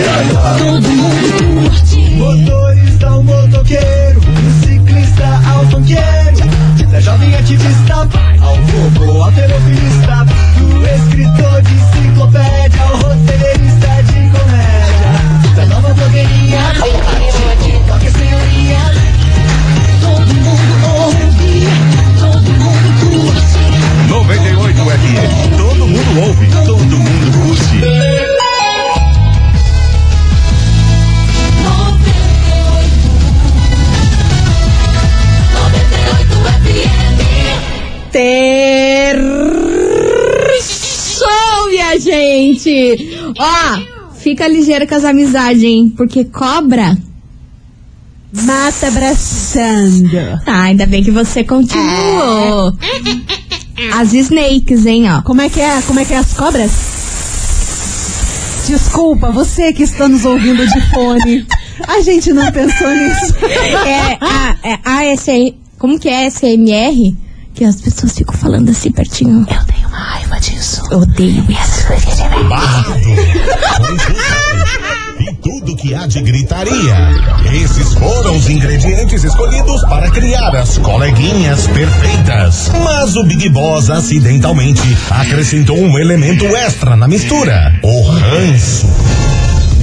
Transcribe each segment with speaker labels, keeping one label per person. Speaker 1: todo mundo curte.
Speaker 2: Motorista ao motoqueiro, um ciclista ao funkeiro, da jovem ativista ao robô alterofilista, do escritor de enciclopédia ao roteirista de comédia, da nova blogueirinha ao TikTok senhoria.
Speaker 1: Todo mundo ouve, todo mundo curte.
Speaker 3: 98 FM. Todo mundo ouve, todo mundo curte.
Speaker 1: 98 FM.
Speaker 4: ter show, minha gente! Ó, fica ligeiro com as amizades, hein? Porque cobra.
Speaker 5: Mata abraçando.
Speaker 4: Tá, ainda bem que você continuou. As snakes, hein, ó.
Speaker 5: Como é que é? Como é que é as cobras? Desculpa, você que está nos ouvindo de fone. A gente não pensou nisso.
Speaker 4: É a, é a S- Como que é SMR? Que as pessoas ficam falando assim pertinho. Eu tenho uma raiva disso. Odeio isso.
Speaker 3: Babado. confusão E tudo que há de gritaria. Esses foram os ingredientes escolhidos para criar as coleguinhas perfeitas. Mas o Big Boss acidentalmente acrescentou um elemento extra na mistura: o ranço.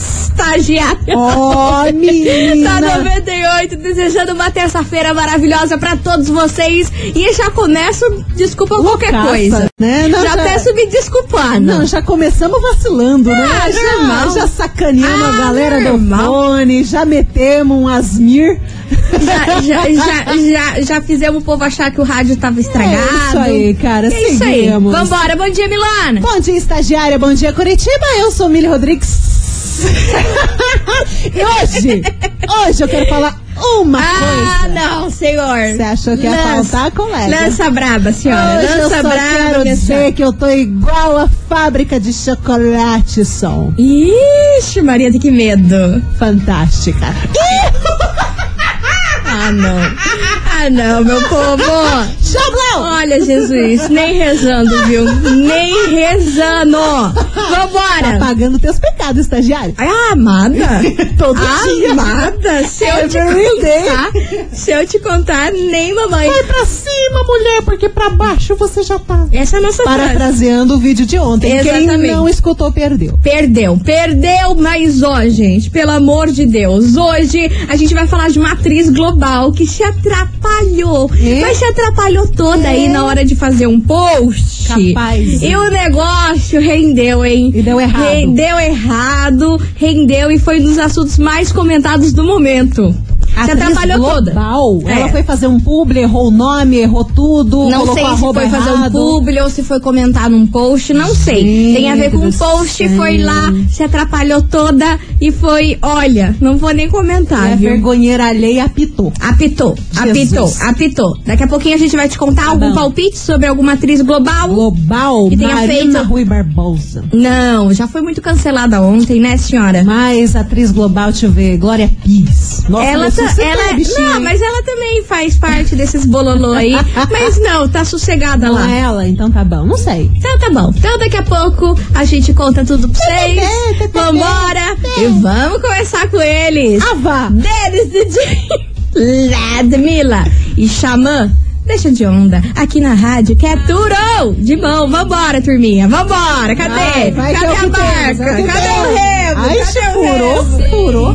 Speaker 4: estagiária.
Speaker 5: Oh,
Speaker 4: Da
Speaker 5: menina.
Speaker 4: 98, desejando uma terça-feira maravilhosa pra todos vocês. E já começo, desculpa qualquer
Speaker 5: Loucaça,
Speaker 4: coisa.
Speaker 5: né? Não,
Speaker 4: já,
Speaker 5: já-
Speaker 4: peço me desculpando.
Speaker 5: Não, já começamos vacilando, né?
Speaker 4: Ah, normal.
Speaker 5: já, já sacaneando
Speaker 4: Ah,
Speaker 5: a galera
Speaker 4: normal.
Speaker 5: do fone, já metemos um Asmir.
Speaker 4: já, já, já, já, já fizemos o povo achar que o rádio tava estragado.
Speaker 5: É isso aí, cara,
Speaker 4: É isso aí.
Speaker 5: seguimos.
Speaker 4: Vambora, bom dia, Milana.
Speaker 5: Bom dia, estagiária. Bom dia, Curitiba. Eu sou Mili Rodrigues. e hoje, hoje eu quero falar uma
Speaker 4: Ah,
Speaker 5: coisa.
Speaker 4: não, senhor.
Speaker 5: Você achou que ia faltar, colega?
Speaker 4: Lança braba, senhora.
Speaker 5: Hoje eu
Speaker 4: lança
Speaker 5: só
Speaker 4: braba,
Speaker 5: quero
Speaker 4: minha
Speaker 5: dizer
Speaker 4: senhora.
Speaker 5: que eu tô igual a fábrica de chocolate, som.
Speaker 4: Ixi, Maria, tem que medo.
Speaker 5: Fantástica.
Speaker 4: Ah, não. Ah, não, meu povo.
Speaker 5: Xablão!
Speaker 4: Olha, Jesus, nem rezando, viu? Nem rezando. Vambora.
Speaker 5: Tá Pagando teus pecados, estagiária.
Speaker 4: Ai, amada.
Speaker 5: Todo
Speaker 4: Ah,
Speaker 5: dia.
Speaker 4: Amada, se
Speaker 5: É
Speaker 4: eu te
Speaker 5: Every day.
Speaker 4: contar, se eu te contar, nem mamãe.
Speaker 5: Vai pra cima, mulher, porque pra baixo você já tá.
Speaker 4: Essa é a nossa frase.
Speaker 5: Parafraseando o vídeo de ontem.
Speaker 4: Exatamente.
Speaker 5: Quem não escutou, perdeu.
Speaker 4: Perdeu, perdeu, mas ó, gente, pelo amor de Deus, hoje a gente vai falar de uma atriz global que se atrapalhou,
Speaker 5: É?
Speaker 4: mas se atrapalhou toda aí na hora de fazer um post.
Speaker 5: Capaz.
Speaker 4: E o negócio rendeu, hein?
Speaker 5: E deu errado.
Speaker 4: Rendeu errado, rendeu e foi um dos assuntos mais comentados do momento. se
Speaker 5: atriz
Speaker 4: atrapalhou toda.
Speaker 5: global, Ela
Speaker 4: É.
Speaker 5: foi fazer um publi, errou o nome, errou tudo.
Speaker 4: Não
Speaker 5: colocou
Speaker 4: sei se
Speaker 5: arroba
Speaker 4: foi fazer um
Speaker 5: errado.
Speaker 4: publi ou se foi comentar num post, não sei.
Speaker 5: Gente
Speaker 4: Tem a ver com um
Speaker 5: do
Speaker 4: post,
Speaker 5: céu.
Speaker 4: foi lá, se atrapalhou toda e foi, olha, não vou nem
Speaker 5: E
Speaker 4: comentar,
Speaker 5: a
Speaker 4: viu?
Speaker 5: vergonheira alheia apitou.
Speaker 4: Apitou, apitou,
Speaker 5: Jesus. Tá
Speaker 4: apitou. Daqui a pouquinho a gente vai te contar algum
Speaker 5: bom.
Speaker 4: palpite sobre alguma atriz global.
Speaker 5: Global,
Speaker 4: Que tenha
Speaker 5: Marina
Speaker 4: feito-
Speaker 5: Rui Barbosa.
Speaker 4: Não, já foi muito cancelada ontem, né, senhora?
Speaker 5: Mas atriz global, deixa eu ver, Glória Pires. Nossa,
Speaker 4: ela tá,
Speaker 5: ressuscitou
Speaker 4: ela,
Speaker 5: a bichinha,
Speaker 4: não,
Speaker 5: hein?
Speaker 4: mas ela também faz parte desses bololô aí. mas não, tá sossegada
Speaker 5: Não
Speaker 4: lá.
Speaker 5: é ela, então tá bom, não sei.
Speaker 4: Então tá bom. Então daqui a pouco a gente conta tudo pra vocês. Vambora! E vamos começar com eles.
Speaker 5: Ava!
Speaker 4: Denis DJ Ladmila e Xamã. Deixa de onda. Aqui na rádio que é turão. De bom. Vambora, turminha. Vambora. Cadê?
Speaker 5: Vai, vai que
Speaker 4: Cadê
Speaker 5: é o
Speaker 4: a
Speaker 5: que temos,
Speaker 4: barca?
Speaker 5: é o que
Speaker 4: Cadê o
Speaker 5: temos.
Speaker 4: remo?
Speaker 5: Ai,
Speaker 4: Cadê o
Speaker 5: furou,
Speaker 4: remo?
Speaker 5: furou.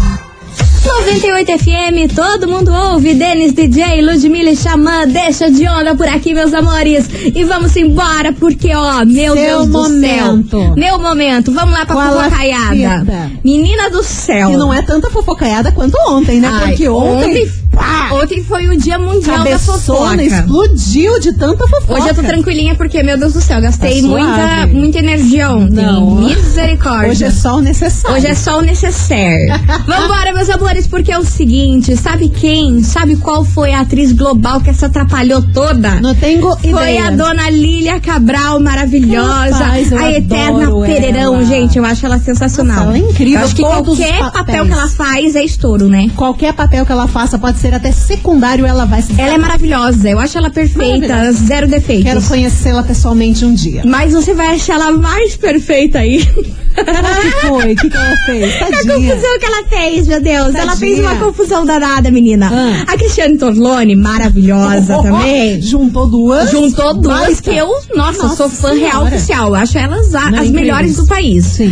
Speaker 4: 98 FM, todo mundo ouve. Denis DJ, Ludmilla e Xamã, deixa de onda por aqui, meus amores. E vamos embora, porque, ó, meu
Speaker 5: Seu
Speaker 4: Deus do céu.
Speaker 5: momento.
Speaker 4: Meu momento. Vamos lá pra
Speaker 5: Qual a
Speaker 4: fofocaiada.
Speaker 5: fita?
Speaker 4: Menina do céu.
Speaker 5: Que não é tanta fofocaiada quanto ontem, né?
Speaker 4: Ai,
Speaker 5: Porque ontem,
Speaker 4: Ontem,
Speaker 5: pá,
Speaker 4: ontem foi o dia mundial da fofoca.
Speaker 5: cabeçona explodiu de tanta fofoca.
Speaker 4: Hoje eu tô tranquilinha porque, meu Deus do céu, gastei
Speaker 5: Tá
Speaker 4: muita,
Speaker 5: suave.
Speaker 4: muita energia ontem.
Speaker 5: Não.
Speaker 4: Misericórdia.
Speaker 5: Hoje é só o necessário.
Speaker 4: Hoje é só o necessário. Vambora, meus amores, porque é o seguinte: sabe quem? Sabe qual foi a atriz global que se atrapalhou toda?
Speaker 5: Não tenho ideia.
Speaker 4: Foi a dona Lília Cabral, maravilhosa.
Speaker 5: Rapaz, eu
Speaker 4: a eterna
Speaker 5: adoro
Speaker 4: Pereirão,
Speaker 5: ela.
Speaker 4: gente. Eu acho ela sensacional.
Speaker 5: Nossa, ela é incrível,
Speaker 4: Eu acho que
Speaker 5: todos os
Speaker 4: qualquer papel
Speaker 5: papéis.
Speaker 4: que ela faz é estouro, né?
Speaker 5: Qualquer papel que ela faça, pode ser até secundário, ela vai se
Speaker 4: Ela é maravilhosa. Eu acho ela perfeita,
Speaker 5: Maravilhosa.
Speaker 4: zero defeitos.
Speaker 5: Quero conhecê-la pessoalmente um dia.
Speaker 4: Mas você vai achar ela mais perfeita aí. é
Speaker 5: O que foi? O que, que ela fez?
Speaker 4: A
Speaker 5: Tadinha.
Speaker 4: confusão que ela fez, meu Deus. Ela
Speaker 5: Tadinha.
Speaker 4: fez uma confusão danada, menina.
Speaker 5: Ah.
Speaker 4: A Cristiane Torlone, maravilhosa também.
Speaker 5: Juntou duas.
Speaker 4: Juntou duas
Speaker 5: Basta.
Speaker 4: que eu, nossa,
Speaker 5: Nossa
Speaker 4: sou fã real
Speaker 5: Senhora.
Speaker 4: oficial. Eu Acho elas a-
Speaker 5: Não,
Speaker 4: as
Speaker 5: incríveis.
Speaker 4: melhores do país.
Speaker 5: Sim.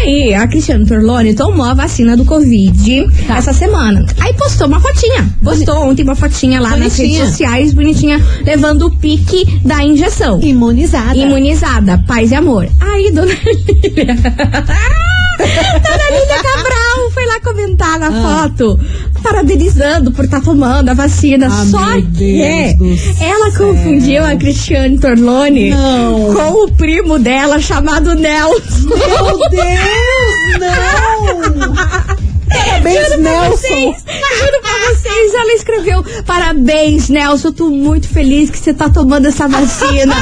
Speaker 4: Aí, a Cristiane Torlone tomou a vacina do Covid essa semana. Aí postou uma fotinha. Postou ontem uma fotinha lá nas
Speaker 5: Bonitinha.
Speaker 4: redes sociais, bonitinha, levando o pique da injeção.
Speaker 5: Imunizada.
Speaker 4: Imunizada, paz e amor. Aí, dona Lília. dona Lília Cabral foi lá comentar na
Speaker 5: Ah.
Speaker 4: foto, parabenizando por estar tomando a vacina.
Speaker 5: Ah,
Speaker 4: Só
Speaker 5: meu
Speaker 4: que é,
Speaker 5: Deus do
Speaker 4: ela
Speaker 5: céu.
Speaker 4: confundiu a Cristiane Torlone
Speaker 5: Não.
Speaker 4: com o primo dela, chamado Nelson.
Speaker 5: Meu Deus, não! Parabéns, Nelson!
Speaker 4: Vocês, juro pra vocês, ela escreveu: Parabéns, Nelson, tô muito feliz que você tá tomando essa vacina.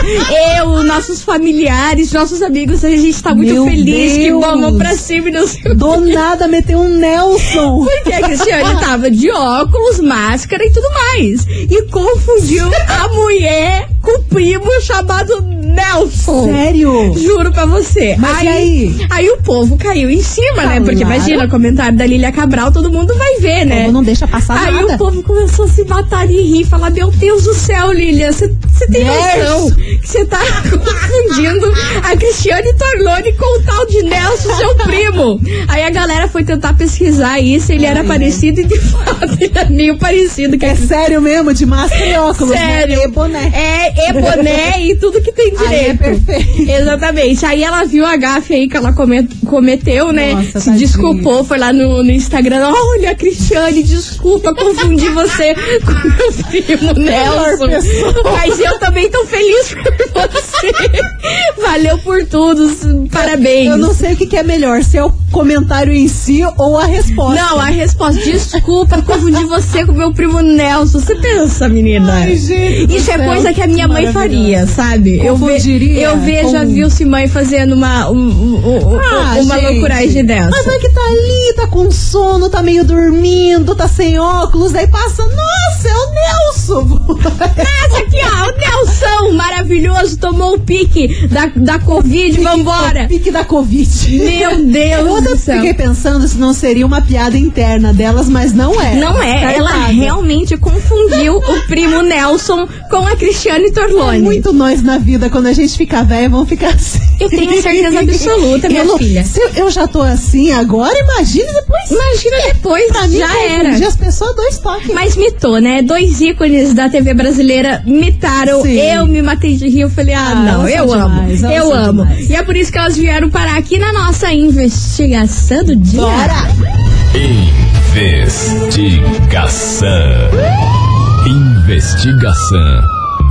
Speaker 4: Eu, nossos familiares, nossos amigos, a gente tá muito
Speaker 5: Meu
Speaker 4: feliz. Que bom,
Speaker 5: Deus.
Speaker 4: vamos pra cima e não sei o
Speaker 5: Do nada meteu um Nelson!
Speaker 4: Porque é a Cristiane tava de óculos, máscara e tudo mais. E confundiu a mulher com o primo chamado Nelson.
Speaker 5: Sério?
Speaker 4: Juro pra você.
Speaker 5: Mas e aí?
Speaker 4: aí o povo caiu em cima, né? Porque
Speaker 5: Claro.
Speaker 4: imagina, comentário da Lilia Cabral, todo mundo vai ver, né?
Speaker 5: Não deixa passar
Speaker 4: Aí
Speaker 5: nada.
Speaker 4: o povo começou a se matar e rir, falar: Meu Deus do céu, Lilian, você tem
Speaker 5: Nelson.
Speaker 4: noção que você tá confundindo a Cristiane Torlone com o tal de Nelson, seu primo. Aí a galera foi tentar pesquisar isso, ele era parecido e de fato ele é meio parecido. Que
Speaker 5: Uhum. É
Speaker 4: a
Speaker 5: sério mesmo, de máscara e óculos. né?
Speaker 4: Sério.
Speaker 5: E boné.
Speaker 4: É, e boné e tudo que tem direito.
Speaker 5: Aí é perfeito.
Speaker 4: Exatamente. Aí ela viu a gafe aí que ela come- cometeu, né?
Speaker 5: Nossa,
Speaker 4: Se
Speaker 5: tadinha.
Speaker 4: desculpou, foi lá no, no Instagram. Olha, Cristiane, desculpa, confundi você com meu primo Nelson. Mas eu também tô feliz por você. Valeu por tudo, s- parabéns.
Speaker 5: Eu não sei o que, que é melhor, se é o comentário em si ou a resposta.
Speaker 4: Não, a resposta, desculpa, confundi você com meu primo Nelson. Você pensa, menina?
Speaker 5: Ai, gente do
Speaker 4: Isso é
Speaker 5: céu,
Speaker 4: coisa que a minha mãe faria, sabe? Eu, ve-
Speaker 5: Confundiria
Speaker 4: eu vejo a
Speaker 5: com-
Speaker 4: Vilce mãe fazendo uma, um- um- um-
Speaker 5: Ah,
Speaker 4: uma
Speaker 5: gente.
Speaker 4: loucuragem dessa.
Speaker 5: Mas é que tá ali, tá com sono, tá meio dormindo, tá sem óculos, aí passa, nossa, é o Nelson!
Speaker 4: Essa aqui, ó, o Nelson, maravilhoso, tomou o pique da, da Covid, vambora.
Speaker 5: Pique da tá, Covid.
Speaker 4: Meu Deus
Speaker 5: Eu até
Speaker 4: do céu.
Speaker 5: fiquei pensando se não seria uma piada interna delas, mas não é.
Speaker 4: Não é,
Speaker 5: Tá
Speaker 4: ela
Speaker 5: errado.
Speaker 4: realmente confundiu o primo Nelson com a Cristiane Torlone.
Speaker 5: Muito nós na vida, quando a gente ficar velha, vão ficar assim.
Speaker 4: Eu tenho certeza absoluta, minha
Speaker 5: eu, não-
Speaker 4: filha.
Speaker 5: Se eu, eu já tô assim agora, imagina depois.
Speaker 4: Imagina depois,
Speaker 5: Pra mim,
Speaker 4: já
Speaker 5: confundir
Speaker 4: era.
Speaker 5: as pessoas, dois toques.
Speaker 4: Mas mitou, né? Dois ícones da TV brasileira mitaram.
Speaker 5: Sim.
Speaker 4: Eu me matei de rir. Eu falei, ah,
Speaker 5: Ah,
Speaker 4: não,
Speaker 5: elas
Speaker 4: eu
Speaker 5: são
Speaker 4: amo.
Speaker 5: demais, elas
Speaker 4: eu
Speaker 5: são
Speaker 4: amo.
Speaker 5: demais.
Speaker 4: E é por isso que elas vieram parar aqui na nossa investigação do dia.
Speaker 5: Bora!
Speaker 6: Investigação. Investigação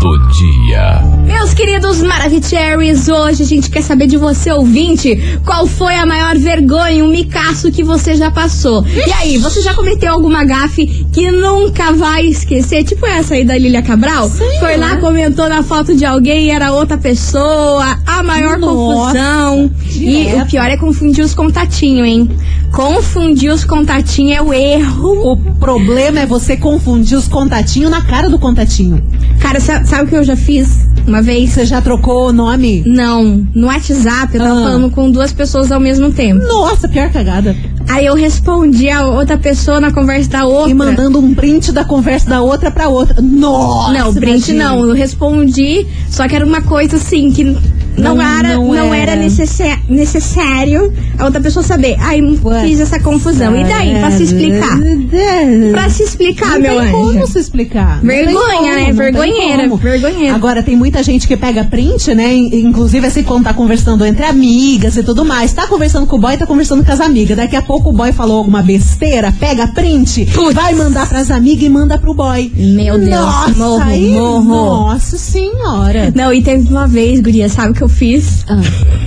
Speaker 6: do dia.
Speaker 4: Meus queridos Maravicheries, hoje a gente quer saber de você, ouvinte, qual foi a maior vergonha, um micaço que você já passou. E aí, você já cometeu alguma gafe que nunca vai esquecer? Tipo essa aí da Lilia Cabral? foi lá, comentou na foto de alguém e era outra pessoa, a maior
Speaker 5: Nossa,
Speaker 4: confusão. E
Speaker 5: direto.
Speaker 4: o pior é confundir os contatinhos, hein? Confundir os contatinhos é o erro.
Speaker 5: O problema é você confundir os contatinhos na cara do contatinho.
Speaker 4: Cara, sa- sabe o que eu já fiz uma vez?
Speaker 5: Você já trocou o nome?
Speaker 4: Não, no WhatsApp eu tava
Speaker 5: Ah.
Speaker 4: falando com duas pessoas ao mesmo tempo.
Speaker 5: Nossa, pior cagada.
Speaker 4: Aí eu respondi a outra pessoa na conversa da outra.
Speaker 5: E mandando um print da conversa da outra pra outra. Nossa!
Speaker 4: Não, print
Speaker 5: imagina.
Speaker 4: não. Eu respondi, só que era uma coisa assim que não,
Speaker 5: Não-
Speaker 4: era, não,
Speaker 5: não
Speaker 4: não era necessé- necessário a outra pessoa saber. Aí fiz essa confusão. E daí, pra se explicar?
Speaker 5: É,
Speaker 4: Pra se explicar,
Speaker 5: Não
Speaker 4: Ah, meu
Speaker 5: tem como
Speaker 4: anjo.
Speaker 5: se explicar. Não tem
Speaker 4: Vergonha,
Speaker 5: como,
Speaker 4: né?
Speaker 5: não tem
Speaker 4: Vergonheira,
Speaker 5: como.
Speaker 4: vergonheira.
Speaker 5: Agora, tem muita gente que pega print, né? In- Inclusive, assim, quando tá conversando entre amigas e tudo mais. Tá conversando com o boy, tá conversando com as amigas. Daqui a pouco o boy falou alguma besteira, pega print, vai mandar pras amigas e manda pro boy.
Speaker 4: Meu Deus,
Speaker 5: nossa,
Speaker 4: morro,
Speaker 5: aí-
Speaker 4: morro.
Speaker 5: Nossa senhora.
Speaker 4: Não, e teve uma vez, guria, sabe o que eu fiz?
Speaker 5: Ah.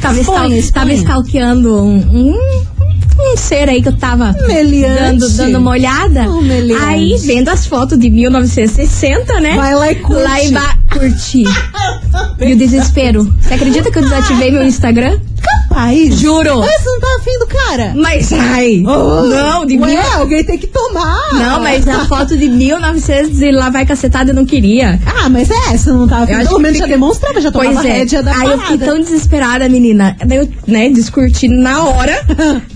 Speaker 4: tava, estal,
Speaker 5: Exponha, exponha.
Speaker 4: tava stalkeando um, um, um ser aí que eu tava
Speaker 5: Meliante.
Speaker 4: dando, dando uma olhada.
Speaker 5: Oh, meliante.
Speaker 4: aí, vendo as fotos de 1960, né?
Speaker 5: Vai lá e curte.
Speaker 4: Lá e vai curtir. e o desespero. Você acredita que eu desativei meu Instagram?
Speaker 5: Pai,
Speaker 4: Juro.
Speaker 5: Mas você não tá afim do cara?
Speaker 4: Mas, ai, não, de mil...
Speaker 5: Oh, Ué, alguém tem que tomar.
Speaker 4: Não, mas a foto de 1900 e lá vai cacetada eu não queria.
Speaker 5: Ah, mas é, você não tava
Speaker 4: Eu
Speaker 5: afim.
Speaker 4: acho
Speaker 5: Pelo
Speaker 4: que
Speaker 5: menos já
Speaker 4: fica-
Speaker 5: demonstrava, já tomava
Speaker 4: Pois é.
Speaker 5: rédea da
Speaker 4: Aí eu fiquei
Speaker 5: parada.
Speaker 4: tão desesperada, menina. Daí eu, né, descurti na hora.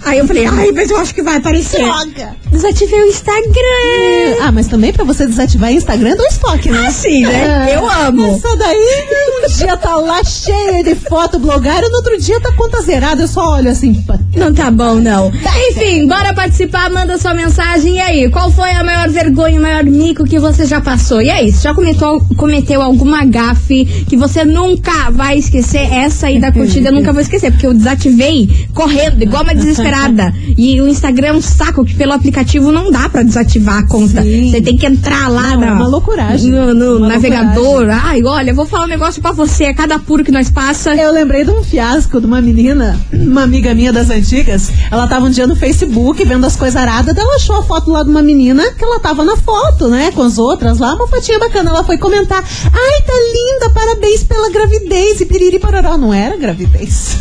Speaker 4: Aí eu falei, ai, mas eu acho que vai aparecer.
Speaker 5: Droga.
Speaker 4: Desativei o Instagram.
Speaker 5: Ah, mas também pra você desativar Instagram do estoque, né?
Speaker 4: Assim, né?
Speaker 5: É.
Speaker 4: Eu amo.
Speaker 5: Essa daí, um dia tá lá cheia de foto blogueira, no outro dia tá conta zerada, eu só olho assim. pá.
Speaker 4: Não tá bom, não. Enfim, bora participar, manda sua mensagem. E aí, qual foi a maior vergonha, o maior mico que você já passou? E aí, você já cometeu, cometeu alguma gafe que você nunca vai esquecer? Essa aí da curtida eu nunca vou esquecer, porque eu desativei correndo, igual uma desesperada. E o Instagram é um saco, que pelo aplicativo não dá pra desativar a conta.
Speaker 5: Sim.
Speaker 4: Você tem que entrar lá
Speaker 5: Não,
Speaker 4: na,
Speaker 5: é uma loucuragem.
Speaker 4: no, no
Speaker 5: Uma
Speaker 4: navegador. Ai, olha, eu vou falar um negócio pra você. A cada apuro que nós passa...
Speaker 5: Eu lembrei de um fiasco de uma menina, uma amiga minha das antigas. Ela tava um dia no Facebook vendo as coisas aradas, daí ela achou a foto lá de uma menina que ela tava na foto, né? Com as outras lá, uma fotinha bacana. Ela foi comentar: Ai, tá linda, parabéns pela gravidez. E piriri parará. Não era gravidez.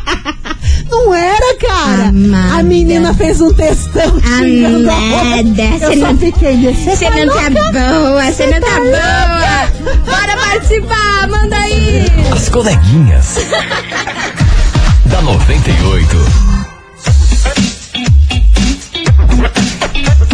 Speaker 5: Não era, cara.
Speaker 4: Amada.
Speaker 5: A menina fez um textão xingando a
Speaker 4: Amada,
Speaker 5: outra.
Speaker 4: cê
Speaker 5: Eu só
Speaker 4: não-
Speaker 5: fiquei nesse.
Speaker 4: Você não tá boa, você não tá boa. Bora participar, manda aí.
Speaker 6: As coleguinhas. da 98.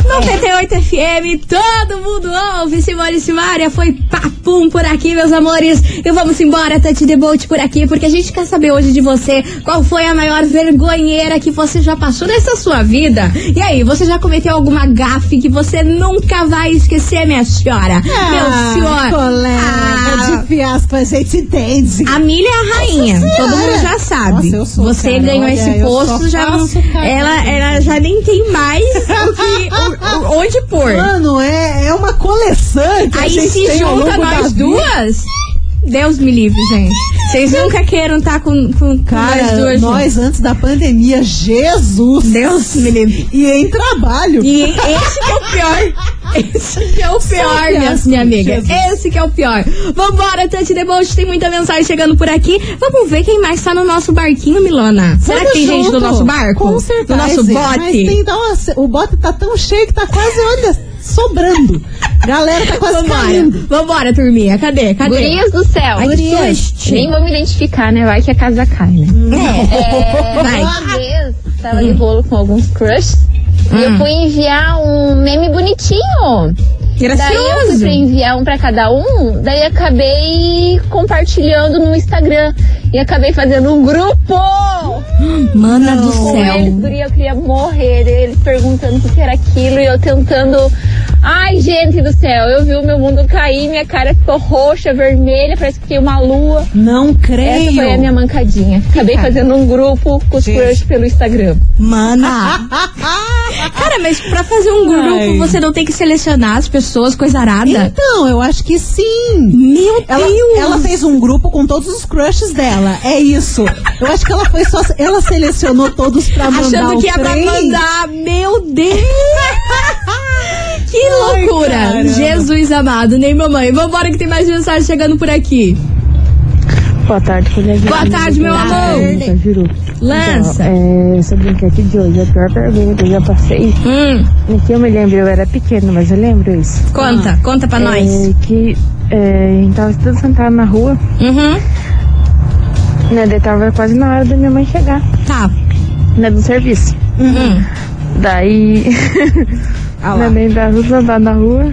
Speaker 4: 98 FM, todo mundo ouve. Simone Simaria foi papum por aqui, meus amores. E vamos embora, Tati Debolt por aqui, porque a gente quer saber hoje de você qual foi a maior vergonheira que você já passou nessa sua vida. E aí, você já cometeu alguma gafe que você nunca vai esquecer, minha senhora?
Speaker 5: Ah,
Speaker 4: Meu senhor.
Speaker 5: colega,
Speaker 4: Ah,
Speaker 5: de fiasco a gente entende.
Speaker 4: A milha é a rainha,
Speaker 5: Nossa
Speaker 4: todo mundo
Speaker 5: Senhora!
Speaker 4: já sabe.
Speaker 5: Nossa, eu sou,
Speaker 4: Você
Speaker 5: cara,
Speaker 4: ganhou
Speaker 5: olha,
Speaker 4: esse
Speaker 5: eu só
Speaker 4: posto, já
Speaker 5: faço, cara.
Speaker 4: ela, ela já nem tem mais o que, o- o- onde pôr.
Speaker 5: Mano, é, é uma coleção que a
Speaker 4: Aí
Speaker 5: gente
Speaker 4: se
Speaker 5: tem ao
Speaker 4: junta
Speaker 5: longo da
Speaker 4: nós
Speaker 5: vida.
Speaker 4: duas, Deus me livre, gente. Vocês nunca queiram estar com, com, com nós
Speaker 5: Cara,
Speaker 4: duas. juntas.
Speaker 5: nós antes da pandemia, Jesus!
Speaker 4: Deus me livre.
Speaker 5: E em trabalho.
Speaker 4: E esse que é o pior. Esse que é o pior, minha,
Speaker 5: fiasco,
Speaker 4: minha amiga.
Speaker 5: Jesus.
Speaker 4: Esse que é o pior. Vambora, Tante Deboche, tem muita mensagem chegando por aqui. Vamos ver quem mais tá no nosso barquinho, Milona. Será
Speaker 5: Vamos
Speaker 4: que tem gente do
Speaker 5: junto.
Speaker 4: nosso barco?
Speaker 5: Com certeza.
Speaker 4: Do nosso bote?
Speaker 5: Mas tem, nossa, o bote tá tão cheio que tá quase, olha, sobrando. Galera tá quase caindo.
Speaker 4: Vambora. Vambora, turminha. Cadê? Cadê?
Speaker 7: Gurias do céu.
Speaker 4: Ai, que
Speaker 5: Gurias.
Speaker 4: susto.
Speaker 7: Nem vou me identificar, né? Vai que a casa cai, né? Hum. É,
Speaker 4: Vai.
Speaker 7: Uma vez, tava de bolo com alguns crushs. E eu fui enviar um meme bonitinho. Daí eu fui
Speaker 4: Gracioso.
Speaker 7: pra enviar um pra cada um. Daí acabei compartilhando no Instagram. E acabei fazendo um grupo
Speaker 4: Mana do
Speaker 7: com eles.
Speaker 4: céu.
Speaker 7: Guria, eu queria morrer. Daí Eles perguntando o que era aquilo. E eu tentando... Ai, gente do céu. Eu vi o meu mundo cair. Minha cara ficou roxa, vermelha. Parece que tem uma lua.
Speaker 5: Não
Speaker 7: Essa
Speaker 5: creio.
Speaker 7: foi a minha mancadinha. Acabei fazendo um grupo com os
Speaker 5: Gente.
Speaker 7: crush pelo Instagram.
Speaker 4: Mana. Cara, mas pra fazer um grupo,
Speaker 5: Ai.
Speaker 4: você não tem que selecionar as pessoas, coisa arada.
Speaker 5: Então, eu acho que sim.
Speaker 4: Meu
Speaker 5: Ela,
Speaker 4: Deus.
Speaker 5: ela fez um grupo com todos os crushes dela. É isso. Eu acho que ela foi só. Ela selecionou todos pra mandar.
Speaker 4: achando
Speaker 5: o
Speaker 4: que é pra
Speaker 5: trem.
Speaker 4: mandar. Meu Deus! que
Speaker 5: Ai,
Speaker 4: loucura!
Speaker 5: caramba.
Speaker 4: Jesus amado, nem mamãe. Vambora que tem mais mensagem chegando por aqui.
Speaker 8: Boa tarde, coleguinha.
Speaker 4: Boa tarde, meu amor.
Speaker 8: Eu juro.
Speaker 4: Lança.
Speaker 8: É, sobre o enquete de hoje, a pior pergunta que eu já passei,
Speaker 4: Hum,
Speaker 8: é que eu me lembro, eu era pequena, mas eu lembro isso.
Speaker 4: conta, conta pra nós.
Speaker 8: É, que é, a gente tava tudo sentado na rua,
Speaker 4: Uhum.
Speaker 8: né? Daí tava quase na hora da minha mãe chegar,
Speaker 4: Tá.
Speaker 8: né? Do serviço.
Speaker 4: Uhum. Ah
Speaker 8: Daí, né, na meio da rua, sentada na rua,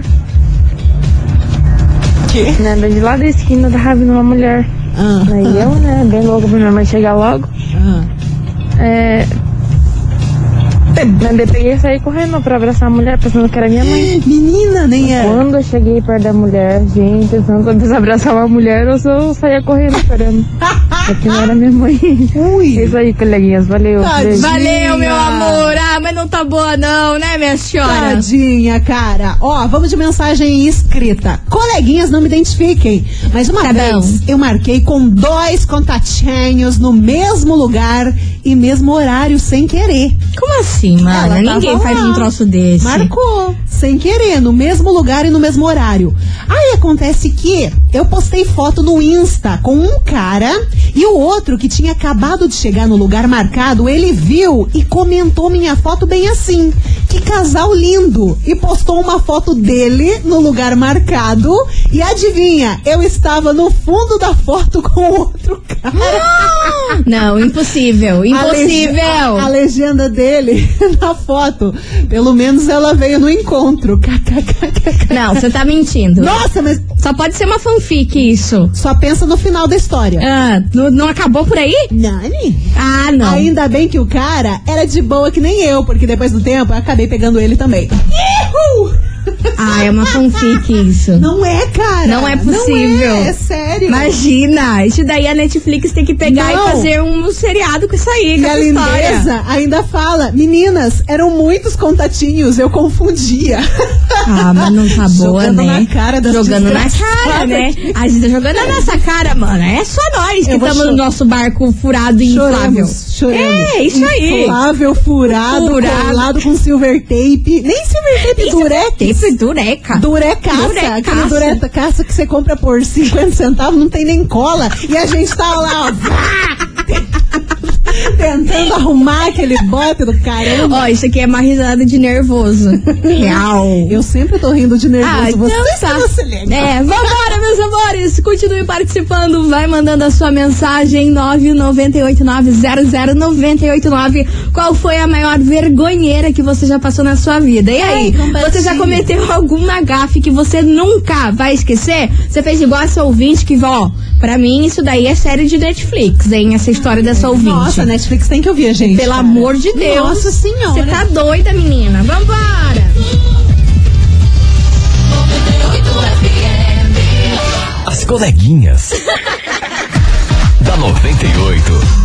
Speaker 5: Quê?
Speaker 8: né? daí De lá da esquina, tava vindo uma mulher.
Speaker 5: Ah,
Speaker 8: Aí eu, né, bem louco pra minha mãe chegar logo.
Speaker 5: ah.
Speaker 8: É. Mas eu peguei e saí correndo pra abraçar a mulher, pensando que era minha mãe.
Speaker 5: Menina, nem é.
Speaker 8: Quando eu cheguei perto da mulher, gente, eu não sabia se abraçar uma mulher ou se eu saía correndo, chorando. Porque não era minha mãe. É
Speaker 5: Ui.
Speaker 8: isso aí, coleguinhas. Valeu.
Speaker 5: Tadinha.
Speaker 8: beijo.
Speaker 4: Valeu, meu amor. Ah, mas não tá boa, não, né, minha senhora?
Speaker 5: Tadinha, cara. Ó, vamos de mensagem escrita. Coleguinhas, não me identifiquem. Mas uma
Speaker 4: Cada
Speaker 5: vez eu marquei com dois contatinhos no mesmo lugar e mesmo horário sem querer.
Speaker 4: Como assim,
Speaker 5: Ela
Speaker 4: mano?
Speaker 5: tava
Speaker 4: Ninguém faz
Speaker 5: lá.
Speaker 4: um troço desse.
Speaker 5: Marcou, sem querer, no mesmo lugar e no mesmo horário. Aí acontece que eu postei foto no Insta com um cara e o outro que tinha acabado de chegar no lugar marcado, ele viu e comentou minha foto bem assim. Que casal lindo! E postou uma foto dele no lugar marcado e adivinha, eu estava no fundo da foto com outro cara.
Speaker 4: Não, impossível.
Speaker 5: A lege-
Speaker 4: Impossível.
Speaker 5: A, a legenda dele na foto. Pelo menos ela veio no encontro. KKKKK.
Speaker 4: Não, você tá mentindo.
Speaker 5: Nossa, mas
Speaker 4: Só pode ser uma fanfic isso.
Speaker 5: só pensa no final da história.
Speaker 4: Ah, não, não acabou por aí?
Speaker 5: Nani?
Speaker 4: Ah, não.
Speaker 5: Ainda bem que o cara era de boa que nem eu, porque depois do tempo eu acabei pegando ele também. Ihu!
Speaker 4: Ah, é uma fanfic isso.
Speaker 5: Não é, cara.
Speaker 4: Não é possível.
Speaker 5: Não é, é sério.
Speaker 4: Imagina, isso daí a Netflix tem que pegar
Speaker 5: Não.
Speaker 4: e fazer um seriado com isso aí,
Speaker 5: E
Speaker 4: com
Speaker 5: a
Speaker 4: essa história.
Speaker 5: lindeza ainda fala, meninas, eram muitos contatinhos, eu confundia.
Speaker 4: Ah, mas não tá boa,
Speaker 5: Jogando
Speaker 4: né?
Speaker 5: na cara das
Speaker 4: Jogando na
Speaker 5: desgraçadas
Speaker 4: cara, né?
Speaker 5: aqui.
Speaker 4: A gente tá jogando na nossa cara, mano. É só nós que
Speaker 5: Eu vou
Speaker 4: estamos
Speaker 5: cho-
Speaker 4: no nosso barco furado e inflável.
Speaker 5: Choremos, choremos.
Speaker 4: É, isso aí.
Speaker 5: Inflável, furado,
Speaker 4: Furado.
Speaker 5: colado com silver tape. Nem silver tape, durex.
Speaker 4: é Tempo dureca.
Speaker 5: Durecaça,
Speaker 4: Durecaça.
Speaker 5: aquele durecaça que você compra por 50 centavos, não tem nem cola. E a gente tá lá, ó, tentando arrumar aquele bote do caramba.
Speaker 4: Ó, isso aqui é uma risada de nervoso. Real.
Speaker 5: Eu sempre tô rindo de nervoso.
Speaker 4: Ah, então
Speaker 5: você
Speaker 4: tá.
Speaker 5: se você lembra.
Speaker 4: É, vambora, meus amores. Continue participando. Vai mandando a sua mensagem 998900989. Qual foi a maior vergonheira que você já passou na sua vida? E aí,
Speaker 5: é
Speaker 4: você já cometeu alguma gafe que você nunca vai esquecer? Você fez igual essa ouvinte que, ó, pra mim isso daí é série de Netflix, hein? Essa história dessa ouvinte.
Speaker 5: Nossa, a Netflix tem que ouvir a gente.
Speaker 4: Pelo
Speaker 5: cara.
Speaker 4: amor de Deus.
Speaker 5: Nossa senhora.
Speaker 4: Você tá doida, menina. Vambora.
Speaker 6: As coleguinhas. da 98.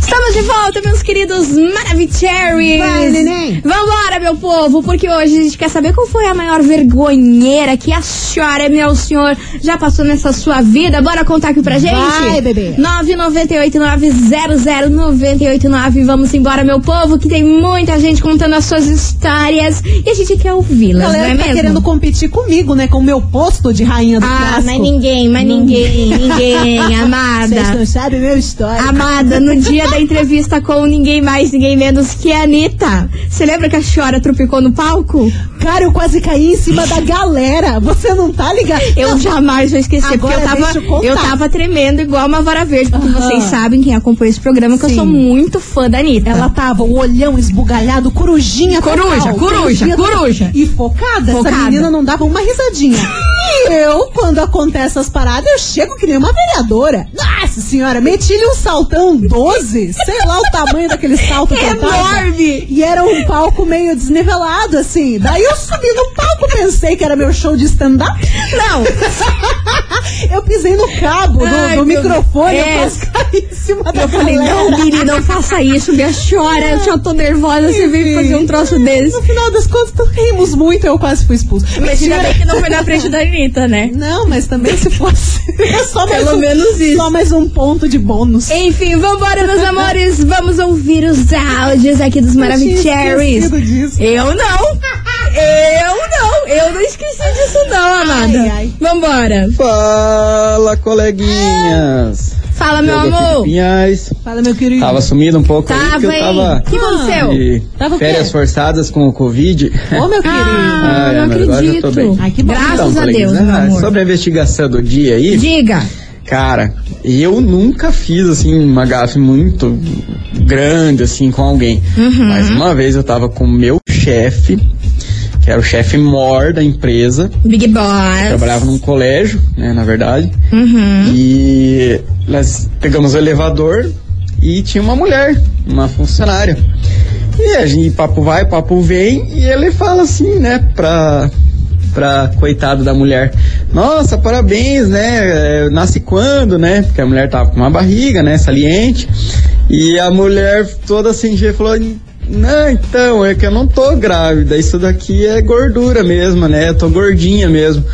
Speaker 4: Estamos de volta, meus queridos Maravicheries!
Speaker 5: Vai, neném.
Speaker 4: Vambora, meu povo, porque hoje a gente quer saber qual foi a maior vergonheira que a senhora, meu senhor, já passou nessa sua vida. Bora contar aqui pra gente?
Speaker 5: Vai, bebê.
Speaker 4: 998900989. Vamos embora, meu povo, que tem muita gente contando as suas histórias e a gente quer
Speaker 5: A
Speaker 4: ouvi-las, não
Speaker 5: galera
Speaker 4: é
Speaker 5: tá
Speaker 4: mesmo?
Speaker 5: querendo competir comigo, né? Com o meu posto de rainha do
Speaker 4: ah,
Speaker 5: clássico.
Speaker 4: mas ninguém, mas ninguém, ninguém,
Speaker 5: Vocês
Speaker 4: amada.
Speaker 5: não sabem meu histórico.
Speaker 4: Amada, no dia da entrevista com ninguém mais, ninguém menos que a Anitta. Você lembra que a senhora tropicou no palco?
Speaker 5: Cara, eu quase caí em cima da galera. Você não tá ligado?
Speaker 4: Eu
Speaker 5: Não,
Speaker 4: jamais vou esquecer, porque eu
Speaker 5: Agora deixa eu
Speaker 4: tava,
Speaker 5: contar.
Speaker 4: eu tava tremendo igual uma vara verde, porque vocês sabem, quem acompanha esse programa, que
Speaker 5: Sim.
Speaker 4: eu sou muito fã da Anitta.
Speaker 5: Ela tava o olhão esbugalhado, corujinha
Speaker 4: Coruja,
Speaker 5: total,
Speaker 4: coruja,
Speaker 5: corujinha total.
Speaker 4: coruja.
Speaker 5: E focada, essa
Speaker 4: Focada.
Speaker 5: menina não dava uma risadinha. E eu, quando acontece essas paradas, eu chego que nem uma vereadora. Nossa senhora, meti-lhe um saltão 12, sei lá o tamanho daquele salto que eu tava.
Speaker 4: É Enorme!
Speaker 5: E era um palco meio desnivelado, assim. Daí eu subi no palco, pensei que era meu show de stand-up.
Speaker 4: Não,
Speaker 5: Eu pisei no cabo do,
Speaker 4: Ai,
Speaker 5: do
Speaker 4: meu
Speaker 5: microfone,
Speaker 4: Deus. É.
Speaker 5: eu quase caí em cima da
Speaker 4: eu falei,
Speaker 5: galera.
Speaker 4: não, Biri, não faça isso, minha senhora, eu já tô nervosa, você veio fazer um troço desse.
Speaker 5: No final das contas, t- rimos muito, eu quase fui expulso.
Speaker 4: Mas ainda
Speaker 5: Mentira.
Speaker 4: bem que não foi na frente da Anitta, né?
Speaker 5: Não, mas também se fosse. é só mais
Speaker 4: Pelo
Speaker 5: um,
Speaker 4: menos isso.
Speaker 5: Só mais um ponto de bônus.
Speaker 4: Enfim, vambora, meus amores. Vamos ouvir os áudios aqui dos Maravicheries.
Speaker 5: esquecido disso.
Speaker 4: Eu não. Eu não. Eu não esqueci disso, não, amada.
Speaker 5: Ai, ai.
Speaker 4: Vambora.
Speaker 9: Fala, coleguinhas!
Speaker 4: Fala, meu
Speaker 9: Diogo aqui de
Speaker 4: amor.
Speaker 9: Pinhais.
Speaker 5: Fala, meu querido.
Speaker 9: Tava sumido um pouco aí, porque
Speaker 4: Tava,
Speaker 9: eu
Speaker 4: hein?
Speaker 9: tava
Speaker 4: O que aconteceu?
Speaker 9: de
Speaker 5: Tava o quê?
Speaker 9: férias forçadas com o Covid.
Speaker 10: né?
Speaker 5: Ô, meu querido.
Speaker 4: Ah,
Speaker 9: Ai,
Speaker 4: não
Speaker 9: Ana, agora já tô
Speaker 4: acredito.
Speaker 9: bem.
Speaker 5: Ai, que bom.
Speaker 4: Graças a Deus,
Speaker 9: coleguinhas,
Speaker 4: meu
Speaker 9: ah,
Speaker 4: amor.
Speaker 9: Sobre a investigação do dia aí,
Speaker 4: Diga.
Speaker 9: cara, eu nunca fiz, assim, uma gafe muito
Speaker 4: Uhum.
Speaker 9: grande, assim, com alguém. Mas uma vez eu tava com o meu chefe, que era o chefe mor da empresa.
Speaker 4: Big
Speaker 9: Trabalhava
Speaker 4: Boss.
Speaker 9: num colégio, né, na verdade.
Speaker 4: Uhum.
Speaker 9: E nós pegamos o elevador e tinha uma mulher, uma funcionária. E a gente, papo vai, papo vem, e ele fala assim, né, pra, pra coitada da mulher: Nossa, parabéns, né? eh, Nasce quando, né? Porque a mulher tava com uma barriga, né, saliente. E a mulher toda assim, já falou. Não, então, é que eu não tô grávida. Isso daqui é gordura mesmo, né? Eu tô gordinha mesmo.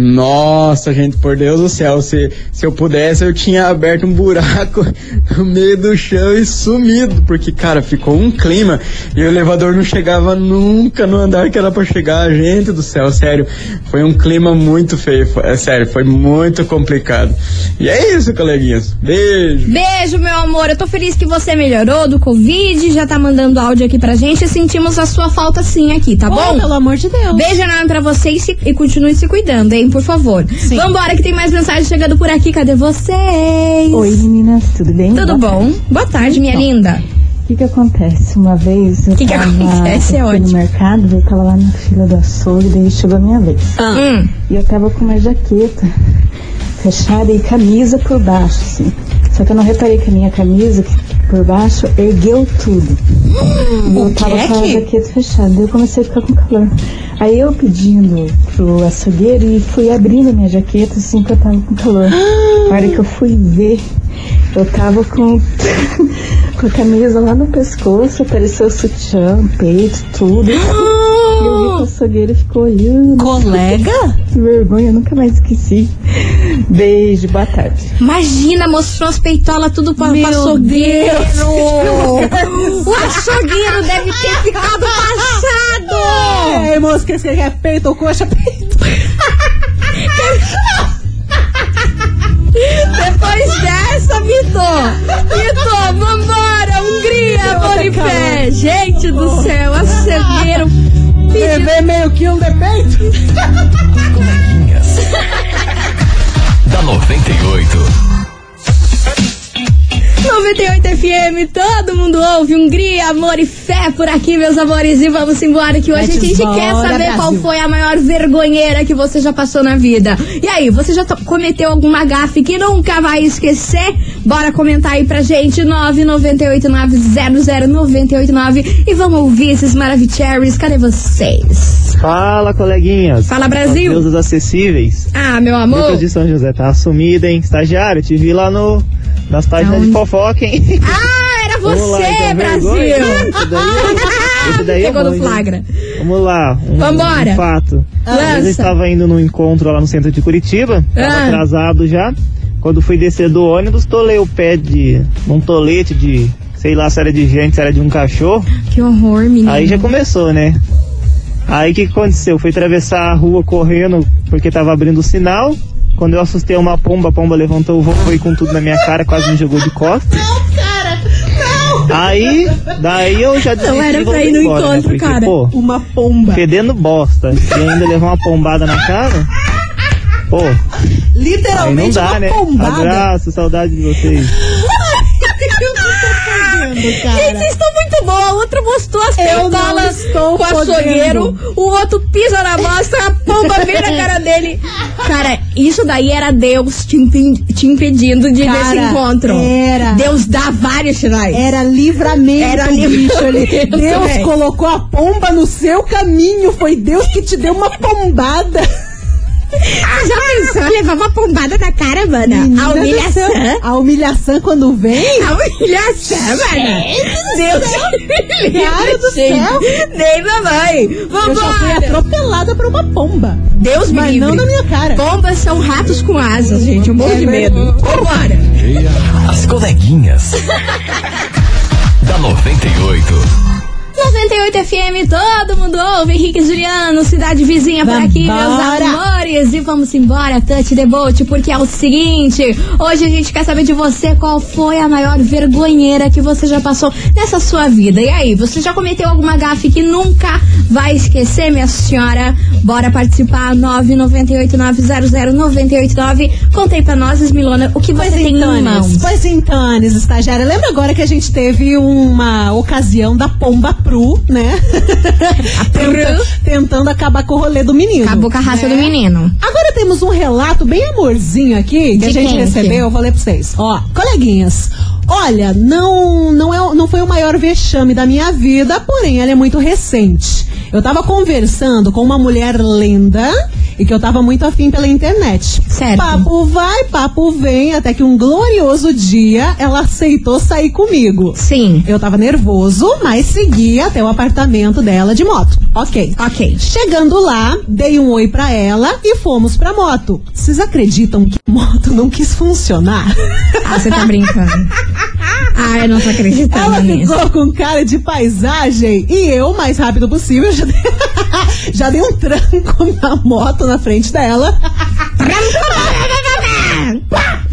Speaker 9: Nossa, gente, por Deus do céu, se, se eu pudesse, eu tinha aberto um buraco no meio do chão e sumido, porque, cara, ficou um clima e o elevador não chegava nunca no andar que era pra chegar. Gente do céu, sério, foi um clima muito feio, foi- é sério, foi muito complicado. E é isso, coleguinhas. Beijo.
Speaker 4: Beijo, meu amor. Eu tô feliz que você melhorou do Covid, já tá mandando áudio aqui pra gente. Sentimos a sua falta sim aqui, tá
Speaker 5: Bom,
Speaker 4: bom?
Speaker 5: pelo amor de Deus.
Speaker 4: Beijo enorme pra vocês e, se- e continue se cuidando, hein, por favor.
Speaker 5: Sim.
Speaker 4: Vambora, que tem mais mensagem chegando por aqui. Cadê vocês?
Speaker 8: Oi meninas, tudo bem?
Speaker 4: Tudo bom? Boa tarde, minha linda.
Speaker 8: O que que acontece? Uma vez eu
Speaker 4: Que que
Speaker 8: tava
Speaker 4: acontece? É
Speaker 8: eu fui
Speaker 4: ótimo.
Speaker 8: no mercado, eu tava lá na fila do açougue, daí chegou a minha vez.
Speaker 4: Hum.
Speaker 8: E eu tava com uma jaqueta fechada e camisa por baixo, assim. Só que eu não reparei que a minha camisa que- por baixo ergueu tudo. E eu tava com a
Speaker 5: Jack?
Speaker 8: jaqueta fechada, daí eu comecei a ficar com calor. Aí eu pedindo pro açougueiro e fui abrindo a minha jaqueta assim que eu tava com calor. A hora que eu fui ver, eu tava com, com a camisa lá no pescoço, apareceu o sutiã, o peito, tudo. E eu vi que o açougueiro ficou olhando.
Speaker 5: Colega?
Speaker 8: Que vergonha, eu nunca mais esqueci. Beijo, boa tarde.
Speaker 4: Imagina, mostrou as peitolas tudo pra, pro
Speaker 5: Meu
Speaker 4: açougueiro. O açougueiro deve ter ficado passado.
Speaker 5: É, moço, que esse aqui é peito ou coxa, peito.
Speaker 4: Depois dessa, Vitor. Vitor, vambora. Hungria, Bonifé. Gente do céu, açougueiro.
Speaker 5: Bebê meio quilo de peito.
Speaker 6: Da 98.
Speaker 4: 98 FM, todo mundo ouve. Hungria, amor e fé por aqui, meus amores. E vamos embora que hoje a gente
Speaker 5: Vamos
Speaker 4: quer
Speaker 5: embora,
Speaker 4: saber qual
Speaker 5: Brasil.
Speaker 4: foi a maior vergonheira que você já passou na vida. E aí, você já to- cometeu alguma gafe que nunca vai esquecer? Bora comentar aí pra gente, 998900989. E vamos ouvir esses maravilhosos. Cadê vocês?
Speaker 10: Fala, coleguinhas.
Speaker 4: Fala, Brasil.
Speaker 10: Deuses acessíveis.
Speaker 4: Ah, meu amor.
Speaker 10: Lucas de São José tá assumido, hein? Estagiário, te vi lá no, nas páginas de fofoca, hein?
Speaker 4: Ah, era
Speaker 10: Vamos lá,
Speaker 4: você,
Speaker 10: então, vergonha.
Speaker 4: Brasil.
Speaker 10: Esse daí- esse daí eu
Speaker 4: Pegou no
Speaker 10: manjo, hein?
Speaker 4: flagra.
Speaker 10: Vamos lá. Um,
Speaker 4: Vambora.
Speaker 10: um fato. Uma vez
Speaker 4: Lança.
Speaker 10: Eu estava indo num encontro lá no centro de Curitiba, tava
Speaker 4: Ah.
Speaker 10: atrasado já. Quando fui descer do ônibus, tolei o pé de um tolete de, sei lá se era de gente, se era de um cachorro.
Speaker 4: Que horror, menino.
Speaker 10: Aí já começou, né? Aí o que que aconteceu? Fui atravessar a rua correndo porque tava abrindo o sinal. Quando eu assustei uma pomba, a pomba levantou o voo foi com tudo na minha cara, quase me jogou de costas. Não, cara! Não! Aí, daí eu já desisti
Speaker 4: era
Speaker 10: e
Speaker 4: pra
Speaker 10: voltei
Speaker 4: ir no
Speaker 10: embora, né?
Speaker 4: encontro,
Speaker 10: Porque,
Speaker 4: cara.
Speaker 10: Pô,
Speaker 5: Uma pomba.
Speaker 10: fedendo bosta e ainda levar uma pombada na cara? Pô, aí não
Speaker 5: Literalmente
Speaker 10: dá,
Speaker 5: uma
Speaker 10: né?
Speaker 5: pombada.
Speaker 10: Abraço, saudade de vocês.
Speaker 5: Eu não tô podendo,
Speaker 4: Gente,
Speaker 5: cara.
Speaker 4: vocês estão muito boa. O outro mostrou as
Speaker 5: Eu não
Speaker 4: peitolas
Speaker 5: estou
Speaker 4: com o açougueiro.
Speaker 5: podendo.
Speaker 4: O outro pisa na massa, a pomba vem na cara dele. Cara, isso daí era Deus te, impe- te impedindo de ir
Speaker 5: Cara,
Speaker 4: nesse encontro.
Speaker 5: era.
Speaker 4: Deus dá vários sinais.
Speaker 5: Era livramento,
Speaker 4: Era
Speaker 5: bicho.
Speaker 4: livramento, é.
Speaker 5: Ele- Deus
Speaker 4: velho.
Speaker 5: colocou a pomba no seu caminho. Foi Deus que te deu uma pombada.
Speaker 4: Ah, já pensou levar uma pombada na cara, mana?
Speaker 5: Menina
Speaker 4: a
Speaker 5: do
Speaker 4: humilhação.
Speaker 5: céu. A humilhação quando vem.
Speaker 4: A humilhação, mana. Deus me livre,
Speaker 5: Cara do
Speaker 4: gente.
Speaker 5: céu.
Speaker 4: Nem mamãe.
Speaker 5: Eu já fui
Speaker 4: Vambora.
Speaker 5: atropelada por uma pomba.
Speaker 4: Deus me
Speaker 5: Mas
Speaker 4: livre.
Speaker 5: não na minha cara.
Speaker 4: Bombas são ratos com asas, gente. Eu morro de medo. Vambora.
Speaker 6: As coleguinhas. da 98.
Speaker 4: 98 FM, todo mundo ouve. Henrique e Juliano, cidade vizinha por aqui,
Speaker 5: Vambora.
Speaker 4: meus amores. E vamos embora, Touch the Boat, porque é o seguinte: hoje a gente quer saber de você qual foi a maior vergonheira que você já passou nessa sua vida. E aí, você já cometeu alguma gafe que nunca vai esquecer, minha senhora? Bora participar, 998900989. Contei pra nós, Esmilona, o que você tem
Speaker 5: então,
Speaker 4: em mãos.
Speaker 5: Pois então, Anis, estagiária, lembra agora que a gente teve uma ocasião da pomba Pru, né? Tenta- tentando acabar com o rolê do menino. Né?
Speaker 4: Acabou com a
Speaker 5: é.
Speaker 4: raça do menino.
Speaker 5: Agora temos um relato bem amorzinho aqui que
Speaker 4: De
Speaker 5: a gente
Speaker 4: quem,
Speaker 5: recebeu, eu vou ler pra vocês. Ó, coleguinhas. Olha, não, não, é, o- não foi o maior vexame da minha vida, porém ela é muito recente. Eu tava conversando com uma mulher linda e que eu tava muito afim pela internet.
Speaker 4: Certo.
Speaker 5: Papo vai, papo vem, até que um glorioso dia ela aceitou sair comigo.
Speaker 4: Sim.
Speaker 5: Eu tava nervoso, mas segui até o apartamento dela de moto. Ok.
Speaker 4: Ok.
Speaker 5: Chegando lá, dei um oi pra ela e fomos pra moto. Vocês acreditam que a moto não quis funcionar?
Speaker 4: Ah, você tá brincando. Ah, eu não tô acreditando
Speaker 5: Ela
Speaker 4: nisso.
Speaker 5: ficou com cara de paisagem e eu, o mais rápido possível, já dei, já dei um tranco na moto na frente dela.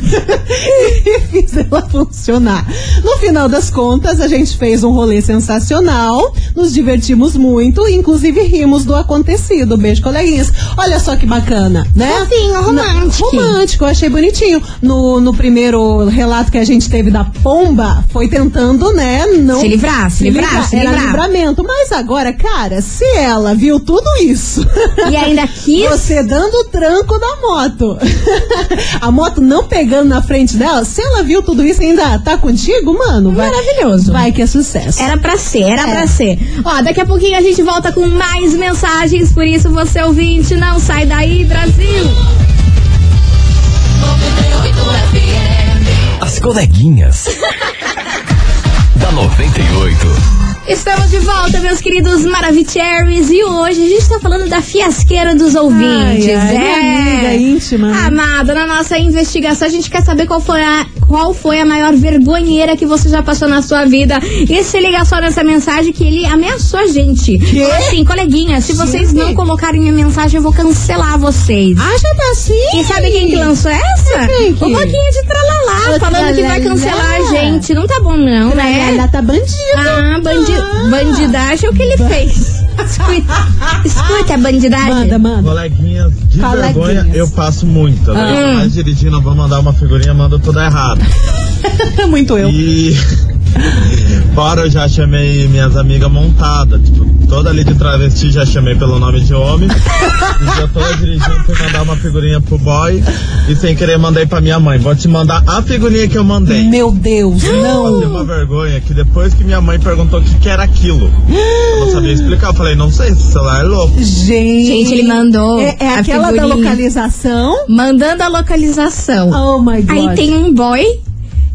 Speaker 5: e fiz ela funcionar. No final das contas, a gente fez um rolê sensacional, nos divertimos muito, inclusive rimos do acontecido. Beijo, coleguinhas. Olha só que bacana, né?
Speaker 4: Fofinho, romântico.
Speaker 5: Na- romântico, eu achei bonitinho. No, no primeiro relato que a gente teve da pomba, foi tentando, né, não...
Speaker 4: Se livrar, se livrar, se
Speaker 5: era
Speaker 4: livrar.
Speaker 5: livramento. Mas agora, cara, se ela viu tudo isso...
Speaker 4: E ainda quis.
Speaker 5: Você dando o tranco da moto. a moto não pegando na frente dela. Se ela viu tudo isso e ainda tá contigo, mano, vai,
Speaker 4: Maravilhoso.
Speaker 5: vai que é sucesso.
Speaker 4: Era pra ser, era
Speaker 5: Era.
Speaker 4: pra ser. Ó, daqui a pouquinho a gente volta com mais mensagens, por isso você ouvinte, não sai daí, Brasil!
Speaker 6: As coleguinhas. da 98.
Speaker 4: Estamos de volta, meus queridos Maravicheries, e hoje a gente tá falando da fiasqueira dos ouvintes.
Speaker 5: Ai, ai,
Speaker 4: é.
Speaker 5: minha amiga íntima, né?
Speaker 4: Ah, Amada, na nossa investigação a gente quer saber qual foi a, qual foi a maior vergonheira que você já passou na sua vida. E se liga só nessa mensagem que ele ameaçou a gente. Falou assim, coleguinha, se vocês não colocarem minha mensagem, eu vou cancelar vocês.
Speaker 5: Ah, já tá assim?
Speaker 4: E sabe quem que lançou essa?
Speaker 5: Quem
Speaker 4: O
Speaker 5: que?
Speaker 4: Coquinha de Tralalá,
Speaker 5: O
Speaker 4: falando que vai
Speaker 5: Tralalá.
Speaker 4: cancelar a gente. Não tá bom não, né?
Speaker 5: Ela tá bandida.
Speaker 4: Ah, bandi
Speaker 5: Ah.
Speaker 4: bandidagem é o que ele fez. Escuta, escuta a bandidagem.
Speaker 5: Manda, manda.
Speaker 2: Coleguinhas de
Speaker 5: Coleguinhas.
Speaker 2: vergonha, eu passo muito. Eu tô
Speaker 4: Hum,
Speaker 2: mais dirigindo, eu vou mandar uma figurinha, mando tudo errado.
Speaker 5: Tá Muito eu.
Speaker 2: E fora eu já chamei minhas amigas montadas. Tipo, toda ali de travesti já chamei pelo nome de homem. e já tô dirigindo fui mandar uma figurinha pro boy. E sem querer mandei pra minha mãe. Vou te mandar a figurinha que eu mandei.
Speaker 5: Meu Deus,
Speaker 2: Passei
Speaker 5: não.
Speaker 2: uma vergonha que depois que minha mãe perguntou o que, que era aquilo, eu não sabia explicar. Eu falei, não sei, esse celular é louco.
Speaker 5: Gente.
Speaker 4: Gente, ele mandou
Speaker 5: É, é
Speaker 4: a
Speaker 5: aquela da
Speaker 4: figurinha.
Speaker 5: localização.
Speaker 4: Mandando a localização.
Speaker 5: Oh my God.
Speaker 4: Aí tem um boy.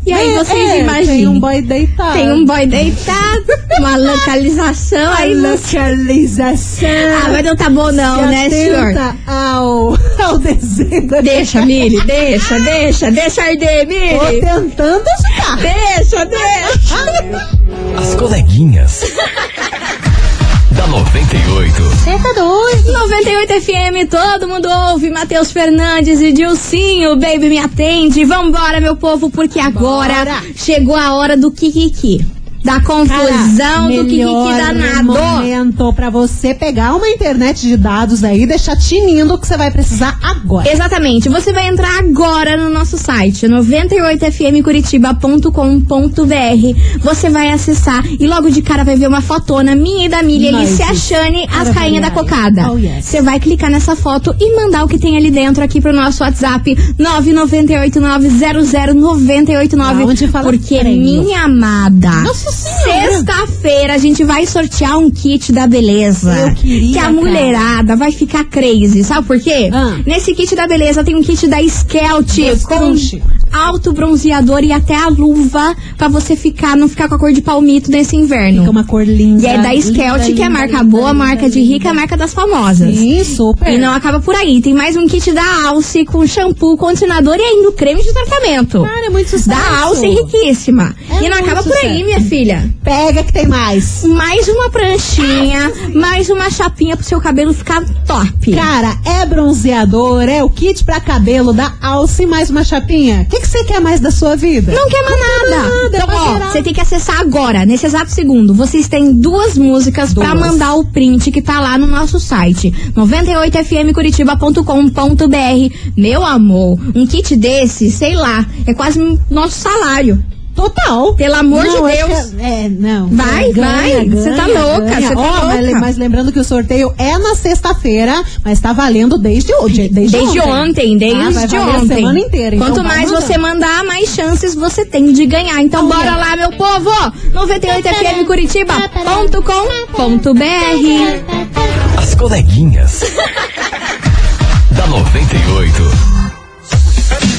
Speaker 4: E aí
Speaker 5: É,
Speaker 4: vocês
Speaker 5: é,
Speaker 4: imaginam.
Speaker 5: Tem um boy deitado.
Speaker 4: Tem um boy deitado, uma localização.
Speaker 5: A
Speaker 4: aí você.
Speaker 5: localização.
Speaker 4: Ah, mas não tá bom não,
Speaker 5: Se
Speaker 4: né, senhor?
Speaker 5: atenta ao, ao desenho da
Speaker 4: Deixa, Mili, deixa, deixa, deixa arder,
Speaker 5: Tô
Speaker 4: Mili.
Speaker 5: tentando ajudar.
Speaker 4: Deixa, deixa.
Speaker 6: As coleguinhas. da 98.
Speaker 5: Você tá doido?
Speaker 4: 98 FM, todo mundo ouve. Matheus Fernandes e Dilcinho, baby, me atende. Vambora, meu povo, porque agora
Speaker 5: Bora.
Speaker 4: chegou a hora do Kikiki. Da confusão, do Kikiki danado.
Speaker 5: momento pra você pegar uma internet de dados aí e deixar tinindo o que você vai precisar agora.
Speaker 4: Exatamente, você vai entrar agora no nosso site 98fmcuritiba.com.br. Você vai acessar e logo de cara vai ver uma fotona minha e da Milha ali
Speaker 5: Nós.
Speaker 4: se achane as
Speaker 5: Maravilha.
Speaker 4: rainhas da cocada.
Speaker 5: Oh, yes.
Speaker 4: Você vai clicar nessa foto e mandar o que tem ali dentro aqui pro nosso WhatsApp 998900989.
Speaker 5: Ah, onde fala
Speaker 4: porque
Speaker 5: prêmio.
Speaker 4: minha amada.
Speaker 5: Nossa Senhora.
Speaker 4: Sexta-feira a gente vai sortear um kit da beleza.
Speaker 5: Eu queria,
Speaker 4: que a
Speaker 5: cara.
Speaker 4: mulherada vai ficar crazy, sabe por quê?
Speaker 5: Ah.
Speaker 4: Nesse kit da beleza tem um kit da Skelt
Speaker 5: Dos
Speaker 4: com
Speaker 5: crunch.
Speaker 4: alto bronzeador e até a luva pra você ficar não ficar com a cor de palmito nesse inverno.
Speaker 5: Fica uma cor linda.
Speaker 4: E é da
Speaker 5: linda,
Speaker 4: Skelt, que é
Speaker 5: linda,
Speaker 4: marca
Speaker 5: linda,
Speaker 4: boa,
Speaker 5: linda,
Speaker 4: marca de
Speaker 5: linda.
Speaker 4: rica, marca das famosas.
Speaker 5: Sim, É. super.
Speaker 4: E não acaba por aí. Tem mais um kit da Alce com shampoo, condicionador e ainda o creme de tratamento.
Speaker 5: Cara, é muito sucesso.
Speaker 4: Da Alce riquíssima.
Speaker 5: É
Speaker 4: e não acaba
Speaker 5: muito
Speaker 4: por aí,
Speaker 5: sucesso.
Speaker 4: minha filha.
Speaker 5: Pega que tem mais.
Speaker 4: Mais uma pranchinha, mais uma chapinha pro seu cabelo ficar top.
Speaker 5: Ah, Cara, é bronzeador, é o kit pra cabelo da Alce mais uma chapinha. O que que você quer mais da sua vida?
Speaker 4: Não quer mais nada.
Speaker 5: nada,
Speaker 4: então,
Speaker 5: é pra
Speaker 4: ó,
Speaker 5: geral.
Speaker 4: você tem que acessar agora, nesse exato segundo. Vocês têm duas músicas pra
Speaker 5: Duas.
Speaker 4: mandar o print que tá lá no nosso site, 98fmcuritiba.com.br. Meu amor, um kit desse, sei lá, é quase um nosso salário.
Speaker 5: Total.
Speaker 4: Pelo amor de
Speaker 5: Não, acho
Speaker 4: Deus.
Speaker 5: que É, é, não.
Speaker 4: Vai,
Speaker 5: Ganha,
Speaker 4: vai.
Speaker 5: ganha,
Speaker 4: Você tá
Speaker 5: ganha.
Speaker 4: louca, você tá
Speaker 5: Ó, mas-
Speaker 4: louca.
Speaker 5: Mas lembrando que o sorteio é na sexta-feira, mas tá valendo desde hoje. Desde,
Speaker 4: Desde ontem, desde
Speaker 5: Ah, vai valer a
Speaker 4: ontem.
Speaker 5: semana inteira. então
Speaker 4: Quanto
Speaker 5: vai
Speaker 4: mais
Speaker 5: mandando.
Speaker 4: você mandar, mais chances você tem de ganhar. Então bora lá, meu povo! 98fmcuritiba.com.br
Speaker 6: As coleguinhas. da 98.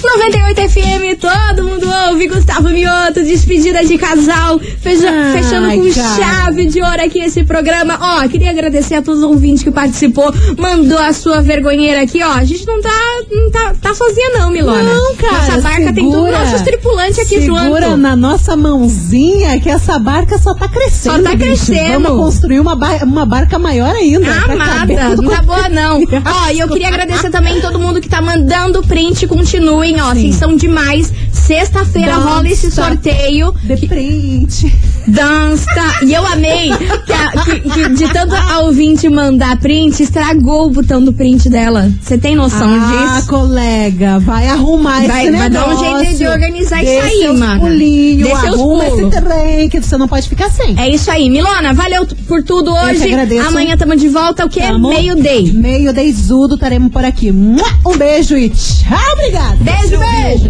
Speaker 4: 98FM, todo mundo ouve. Gustavo Mioto, despedida de casal. fecha-
Speaker 5: Ai,
Speaker 4: fechando com
Speaker 5: cara.
Speaker 4: chave de ouro aqui esse programa. Ó, queria agradecer a todos os ouvintes que participou. Mandou a sua vergonheira aqui, ó. A gente não tá, não tá, tá sozinha, não, Milona.
Speaker 5: Não, cara.
Speaker 4: Nossa barca
Speaker 5: segura,
Speaker 4: tem todos nossos tripulantes aqui
Speaker 5: segura
Speaker 4: junto.
Speaker 5: na nossa mãozinha que essa barca só tá crescendo.
Speaker 4: Só tá
Speaker 5: bicho.
Speaker 4: crescendo.
Speaker 5: Vamos construir uma, ba- uma barca maior ainda. pra caber
Speaker 4: Amada,
Speaker 5: tudo.
Speaker 4: não tá boa não. Ó, e eu queria agradecer também todo mundo que tá mandando print. Continuem, ó, vocês são demais. Sexta-feira
Speaker 5: Dança.
Speaker 4: rola esse sorteio.
Speaker 5: De print.
Speaker 4: Dança. E eu amei que, a- que- que de tanto a ouvinte mandar print, estragou o botão do print dela. Você tem noção
Speaker 5: ah,
Speaker 4: disso?
Speaker 5: colega, vai arrumar
Speaker 4: Vai-
Speaker 5: esse
Speaker 4: vai
Speaker 5: negócio.
Speaker 4: dar um jeito de organizar
Speaker 5: Dê
Speaker 4: isso aí,
Speaker 5: seus
Speaker 4: mana.
Speaker 5: pulinhos,
Speaker 4: Dê seus
Speaker 5: arruma
Speaker 4: pulos.
Speaker 5: esse trem que você não pode ficar sem.
Speaker 4: É isso aí. Milona, valeu t- por tudo
Speaker 5: que
Speaker 4: hoje.
Speaker 5: agradeço. Tá
Speaker 4: Amanhã tamo de volta, o que é
Speaker 5: Tamo.
Speaker 4: meio day.
Speaker 5: Meio deizudo, estaremos por aqui. Mua! Um beijo e tchau, obrigada.
Speaker 4: Beijo, beijo.